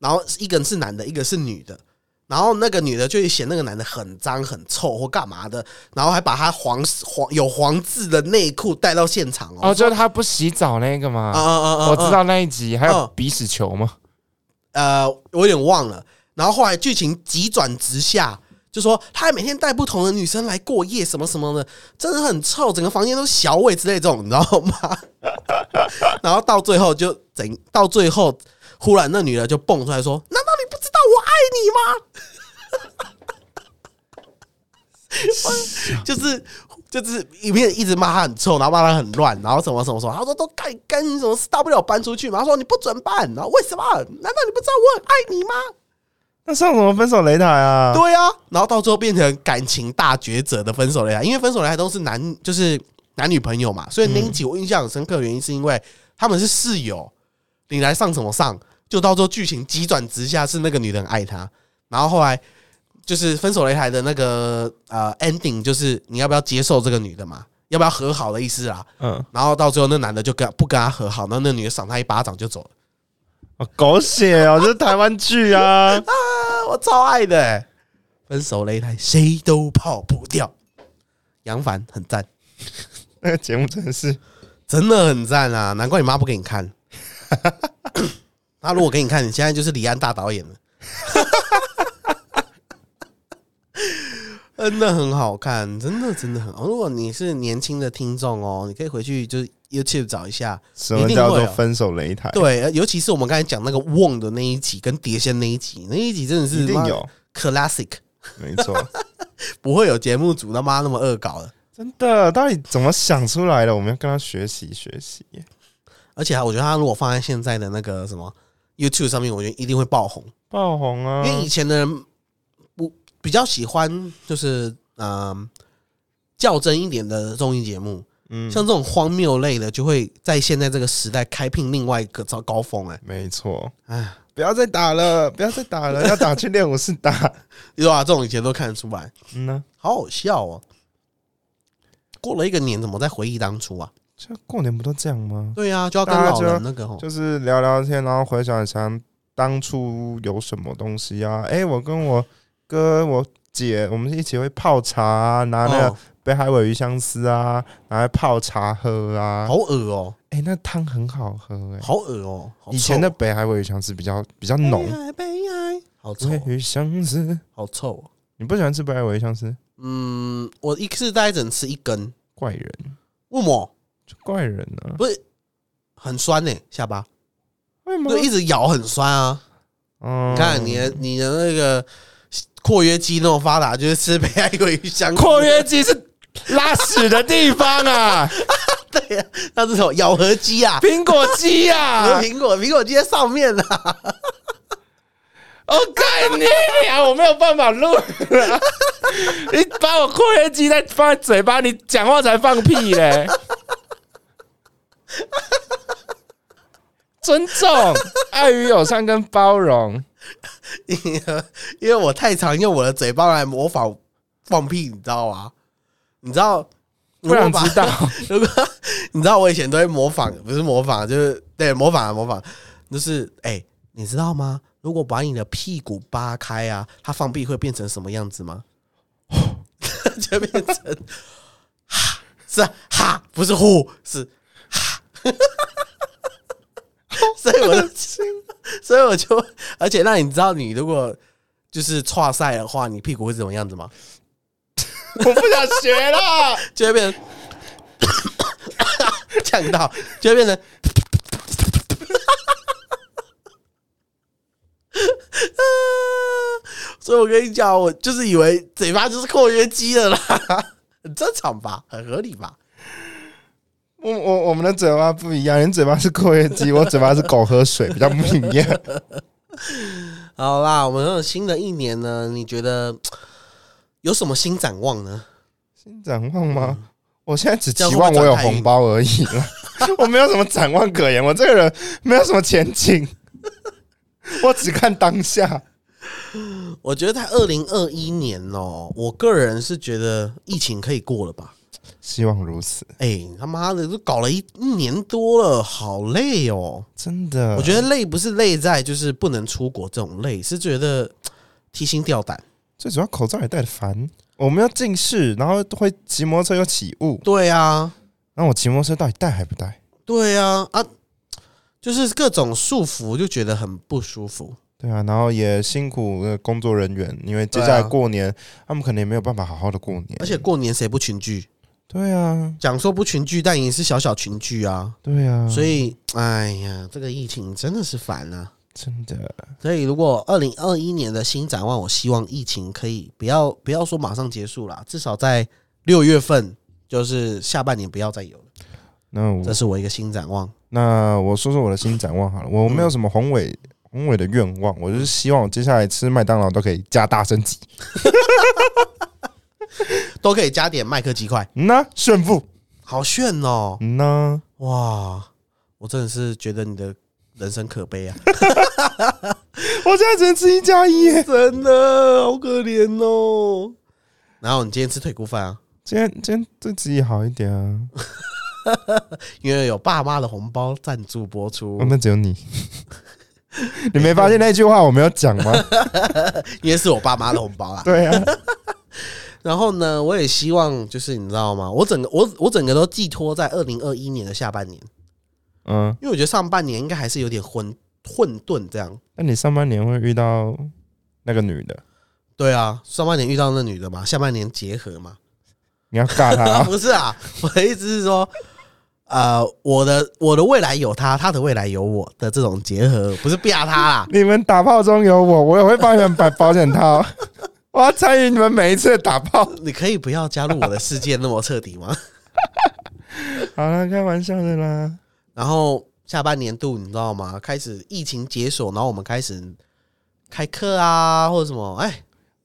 S2: 然后一个人是男的，一个是女的。然后那个女的就嫌那个男的很脏很臭或干嘛的，然后还把他黄黄有黄字的内裤带到现场哦。
S1: 哦，就是他不洗澡那个嘛，
S2: 啊啊啊啊！
S1: 我知
S2: 啊
S1: 道那一集还有
S2: 嗯
S1: 鼻屎球嘛，
S2: 呃，我有点忘了。然后后来剧情急转直下，就说他还每天带不同的女生来过夜，什么什么的，真的很臭，整个房间都是小味之类这种，你知道吗？ 然后到最后就整，到最后忽然那女的就蹦出来说：“难道你不知道我爱你吗？” 就是就是一面一直骂他很臭，然后骂他很乱，然后什么什么什么，他说都干干你什么事，大不了搬出去嘛。他说你不准搬，然后为什么？难道你不知道我很爱你吗？
S6: 那上什么分手擂台啊？
S2: 对啊，然后到最后变成感情大抉择的分手擂台，因为分手擂台都是男就是男女朋友嘛，所以那一集我印象很深刻，的原因是因为他们是室友，你来上什么上？就到最后剧情急转直下，是那个女人爱他，然后后来就是分手擂台的那个呃 ending，就是你要不要接受这个女的嘛？要不要和好的意思啦？
S1: 嗯，
S2: 然后到最后那男的就跟不跟他和好，然后那女的赏他一巴掌就走了。
S6: 哦狗血哦，这是台湾剧啊！
S2: 啊，我超爱的欸、分手擂台谁都跑不掉。杨凡很赞，
S5: 那个节目真的是
S2: 真的很赞啊！难怪你妈不给你看。她如果给你看，你现在就是李安大导演了。真的很好看，真的真的很好。如果你是年轻的听众哦，你可以回去就是 YouTube 找一下，
S6: 什
S2: 一
S6: 么
S2: 定
S6: 叫
S2: 会
S6: 做
S2: 有
S6: 分手擂台？
S2: 对，呃尤其是我们刚才讲那个瓮的那一集跟碟仙那一集，那一集真的是
S6: 一定
S2: 妈
S6: 有，
S2: classic，
S6: 没错。
S2: 不会有节目组他妈那么恶搞的。
S6: 真的，到底怎么想出来的？我们要跟他学习学习。
S2: 而且啊，我觉得他如果放在现在的那个什么 YouTube 上面，我觉得一定会爆红，
S6: 爆红啊！
S2: 因为以前的人不比较喜欢就是嗯、较真一点的综艺节目，
S6: 嗯，
S2: 像这种荒谬类的，就会在现在这个时代开辟另外一个高高峰、哎，
S6: 没错。
S2: 哎，
S6: 不要再打了，不要再打了，要打去练武室打。
S2: 对吧、这种以前都看得出来。
S6: 嗯呢，
S2: 好好笑哦！过了一个年，怎么在回忆当初啊？
S6: 这过年不都这样吗？
S2: 对啊，就要跟
S6: 大家
S2: 老
S6: 就
S2: 人那个吼，
S6: 就是聊聊天，然后回想一下当初有什么东西啊？哎、我跟我哥、我姐，我们一起会泡茶、啊，拿那个
S2: 哦
S6: 北海尾鱼香丝啊，拿来泡茶喝啊。
S2: 好恶哦，
S6: 哎、那汤很好喝哎、
S2: 好恶哦，好臭哎
S6: 以前的北海尾鱼香丝比较比较浓，
S2: 悲哀悲哀，好臭
S6: 北
S2: 哦
S6: 海，鱼香丝，
S2: 好臭哦。
S6: 你不喜欢吃北海尾鱼香丝？
S2: 嗯，我一次大概只能吃一根，
S6: 怪人，
S2: 为么？
S6: 就怪人啊！
S2: 不是很酸呢、欸下巴
S6: 为什么
S2: 对，？一直咬很酸啊。
S6: 嗯
S2: 你看你的你的那个括约肌那么发达，就是吃北海鲑鱼香
S1: 括约肌是拉屎的地方啊，
S2: 对啊，那这种咬合肌啊，
S1: 苹果肌啊，
S2: 苹果苹果肌在上面啊。
S1: 我哦 干你啊！我没有办法 录了，你把我括约肌再放在嘴巴，你讲话才放屁 嘞！尊重、爱与友善跟包容，
S2: 因为我太常用我的嘴巴来模仿放屁，你知道吗？你知道，
S1: 不想知道。
S2: 如果你知道，我以前都会模仿，不是模仿，就是对模仿啊模仿，就是哎、你知道吗？如果把你的屁股扒开啊，它放屁会变成什么样子吗？ 就变成哈，是啊哈，不是呼，是哈。 所以我就，所以我就，而且那你知道，你如果就是跨赛的话，你屁股会是什么样子吗？
S1: 我不想学 了。
S2: 就会变成呛到，就会变成啊。所以我跟你讲，我就是以为嘴巴就是括约肌的啦，很正常吧，很合理吧？
S6: 我我我们的嘴巴不一样，你嘴巴是括约 肌，我嘴巴是狗喝水，比较不一 样。
S2: 好啦，我们新的一年呢，你觉得有什么新展望呢？
S6: 新展望吗？我现在只
S2: 这样
S6: 期
S2: 会不会
S6: 望我有
S2: 长太
S6: 红
S2: 硬
S6: 包而已了，我没有什么展望可言，我这个人没有什么前 景，我只看当下。
S2: 我觉得在二零二一年哦、我个人是觉得疫情可以过了吧。
S6: 希望如此，
S2: 哎、他妈的，都搞了一一年多了，好累哦。
S6: 真的，
S2: 我觉得累不是累在就是不能出国这种累，是觉得嘖提心吊胆。
S6: 最主要口罩也戴的烦。我们要近视，然后会骑摩托车又起雾，
S2: 对啊，
S6: 那我骑摩托车到底戴还不戴？
S2: 对啊，啊，就是各种束缚，就觉得很不舒服。
S6: 对啊，然后也辛苦呃工作人员，因为接
S2: 对啊
S6: 下来过年，他们可能也没有办法好好的过年。
S2: 而且，过年谁不群聚？
S6: 对啊，
S2: 讲说不群聚，但也是小小群聚啊。
S6: 对啊，
S2: 所以，哎呀，这个疫情真的是烦啊。
S6: 真的
S2: 所以，如果二零二一年的新展望，我希望疫情可以不要不要说马上结束啦，至少在六月份，就是下半年不要再有了。
S6: 那我
S2: 这是我一个新展望。
S6: 那我说说我的新展望好了，我没有什么宏伟
S2: 嗯
S6: 宏伟的愿望，我就是希望我接下来吃麦当劳都可以加大升级。
S2: 都可以加点麦克鸡块，
S6: 嗯呐，炫富，
S2: 好炫哦！
S6: 嗯呐，
S2: 哇，我真的是觉得你的人生可悲啊，
S6: 我现在只能吃一加一耶。
S2: 真的好可怜哦。然后你今天吃腿骨饭啊，
S6: 今天今天对自己好一点啊，
S2: 因为有爸妈的红包赞助播出
S6: 嗯哦，那只有你， 你没发现那句话我没有讲 吗？
S2: 因为是我爸妈的红包啦。
S6: 对啊，
S2: 然后呢，我也希望就是你知道吗？我整个我我整个都寄托在二零二一年的下半年，
S6: 嗯，
S2: 因为我觉得上半年应该还是有点混混沌这样。
S6: 那你上半年会遇到那个女的，
S2: 对啊，上半年遇到那女的嘛，下半年结合嘛。
S6: 你要尬她 啊、
S2: 不是啊，我的意思是说，呃，我的我的未来有她，她的未来有我的这种结合，不是逼她啦。
S6: 你们打炮中有我，我也会帮你们摆保险套。我要参与你们每一次的打炮。
S2: 你可以不要加入我的世界那么彻底吗？
S6: 好了，开玩笑的啦。
S2: 然后下半年度你知道吗？开始疫情解锁，然后我们开始开课啊，或者什么，哎，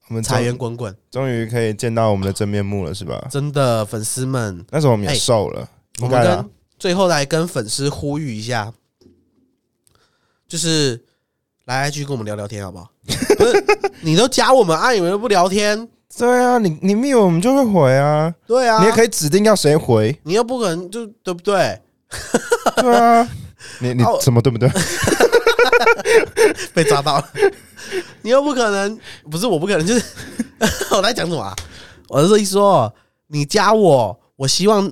S6: 我们
S2: 财
S6: 终
S2: 源滚滚，
S6: 终于可以见到我们的真面目了，是吧？
S2: 真的粉丝们，
S6: 那时候我们也
S2: 哎
S6: 瘦了，
S2: 我
S6: 应
S2: 们
S6: 该啦
S2: 跟最后来跟粉丝呼吁一下，就是来 IG 跟我们聊聊天好不好？ 不是，你都加我们啊，你们都不聊天，
S6: 对啊，你你密我我们就会回啊，
S2: 对啊，
S6: 你也可
S2: 以，
S6: 以指定要谁回，
S2: 你又不可能就对不对？
S6: 对啊，你你
S2: 啊我
S6: 怎么对不对？
S2: 被抓到了， 你又不可能，不是我不可能，就是 我在讲什么、啊？我是说，一说你加我，我希望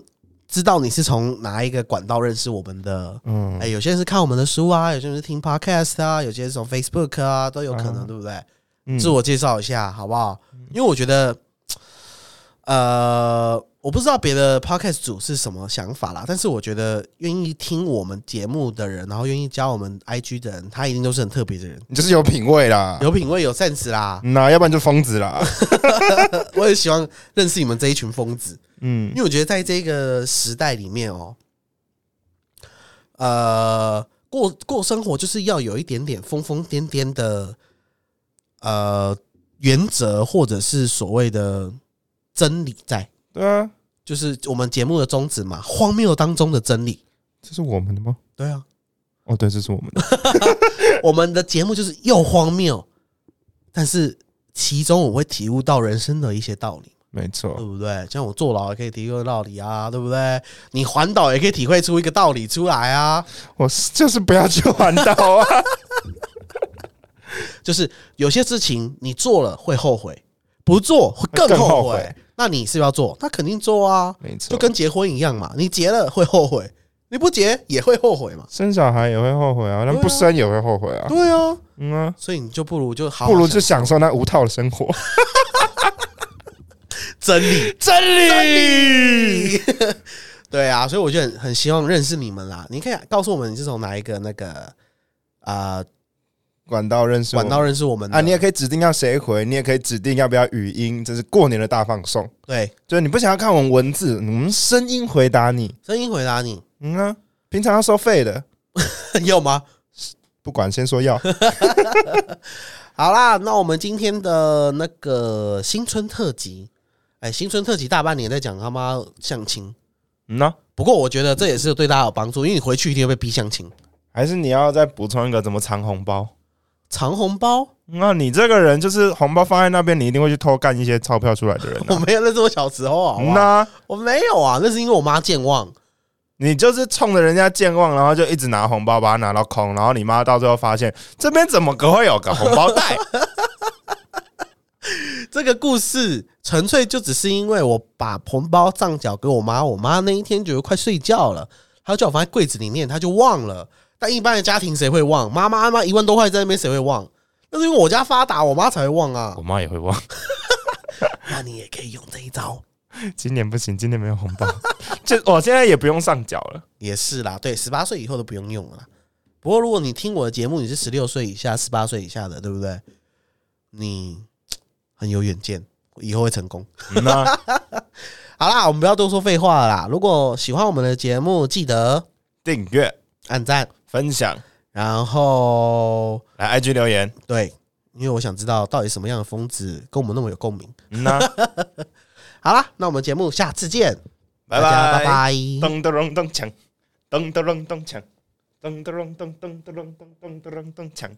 S2: 知道你是从哪一个管道认识我们的。
S6: 嗯
S2: 哎、，有些人是看我们的书啊，有些人是听 podcast 啊，有些人是从 Facebook 啊，都有可能，
S6: 啊
S2: 对不对？
S6: 嗯
S2: 自我介绍一下好不好？因为我觉得，呃，我不知道别的 podcast 组是什么想法啦，但是我觉得愿意听我们节目的人，然后愿意加我们 IG 的人，他一定都是很特别的人，
S6: 你就是有品味啦，
S2: 有品味、有 sense 啦。
S6: 嗯呐，要不然就疯子啦。
S2: 我也希望认识你们这一群疯子，
S6: 嗯
S2: 因，为我觉得在这个时代里面哦，呃，过过生活就是要有一点点疯疯癫癫的，呃，原则或者是所谓的真理在，
S6: 对啊，
S2: 就是我们节目的宗旨嘛，荒谬当中的真理。
S6: 这是我们的吗？
S2: 对啊，
S6: 哦，对，这是我们的。
S2: 我们的节目就是又荒谬，但是其中我会体悟到人生的一些道理。
S6: 没错
S2: 对，不对？像我坐牢也可以体会道理啊，对不对？你环岛也可以体会出一个道理出来啊，
S6: 我是就是不要去环岛 啊。
S2: 就是有些事情你做了会后悔，不做会更
S6: 更
S2: 后
S6: 后
S2: 悔。
S6: 悔
S2: 那你是不是要做？那肯定做啊，
S6: 没错，
S2: 就跟结婚一样嘛，你结了会后悔，你不结也会后悔嘛。
S6: 生小孩也会后悔啊，但
S2: 对啊
S6: 不生也会后悔啊。
S2: 对啊，
S6: 嗯啊，
S2: 所以你就不如就好好啊
S6: 不如就
S2: 享
S6: 享受那无套的生活。
S2: 真理，真理。 对啊，所以我就很很希望认识你们啦。你可以告诉我们你是从哪一个那个呃
S6: 管道认识我
S2: 管
S6: 们
S2: 道认识我们的
S6: 啊，你也可以指定要谁回，你也可以指定要不要语音，这是过年的大放送。
S2: 对
S6: 就是你不想要看我们文字，我们声音回答你。
S2: 声音回答你。
S6: 嗯啊，平常要收费的，
S2: 有吗？
S6: 不管先 说要。
S2: 好啦，那我们今天的那个新春特辑，哎，新春特辑大半年在讲他妈相亲，
S6: 嗯呢、
S2: 不过我觉得这也是对大家有帮助，因为你回去一定会被逼相亲，
S6: 还是你要再补充一个怎么藏红包？
S2: 藏红包，
S6: 那、你这个人就是红包放在那边，你一定会去偷干一些钞票出来的人、
S2: 我
S6: 啊。
S2: 没有，那是我小时候 好不
S6: 嗯
S2: 好？
S6: 啊，
S2: 我没有啊，那是因为我妈健忘，
S6: 你就是冲着人家健忘，然后就一直拿红包把它拿到空，然后你妈到最后发现这边怎么个会有个红包 袋？
S2: 这个故事纯粹就只是因为我把红包账缴给我妈，我妈那一天觉得快睡觉了，她叫我放在柜子里面，她就忘了。但一般的家庭谁会忘？妈妈妈一万多块在那边谁会忘？那是因为我家发达，我妈才会忘啊
S1: 我。妈也会忘。
S2: 那你也可以用这一招。
S6: 今年不行，今年没有红包， 就我现在也不用上缴了。
S2: 也是啦，对，十八岁以后都不用用了啦。不过如果你听我的节目，你是十六岁以下、十八岁以下的，对不对？你很有远见，以后会成功。
S6: 嗯啊
S2: 好啦，我们不要多说废话了啦。如果喜欢我们的节目，记得
S6: 订阅、
S2: 按赞，
S6: 分享，
S2: 然后
S6: 来 IG 留言。
S2: 对，因为我想知道到底什么样的疯子跟我们那么有共鸣。
S6: 嗯 呐、
S2: 好啦，那我们节目下次见，
S6: 拜
S2: 大家
S6: 拜
S2: 拜拜。
S6: 噔噔噔噔锵，噔噔噔噔锵，噔噔噔噔噔噔噔噔噔噔锵。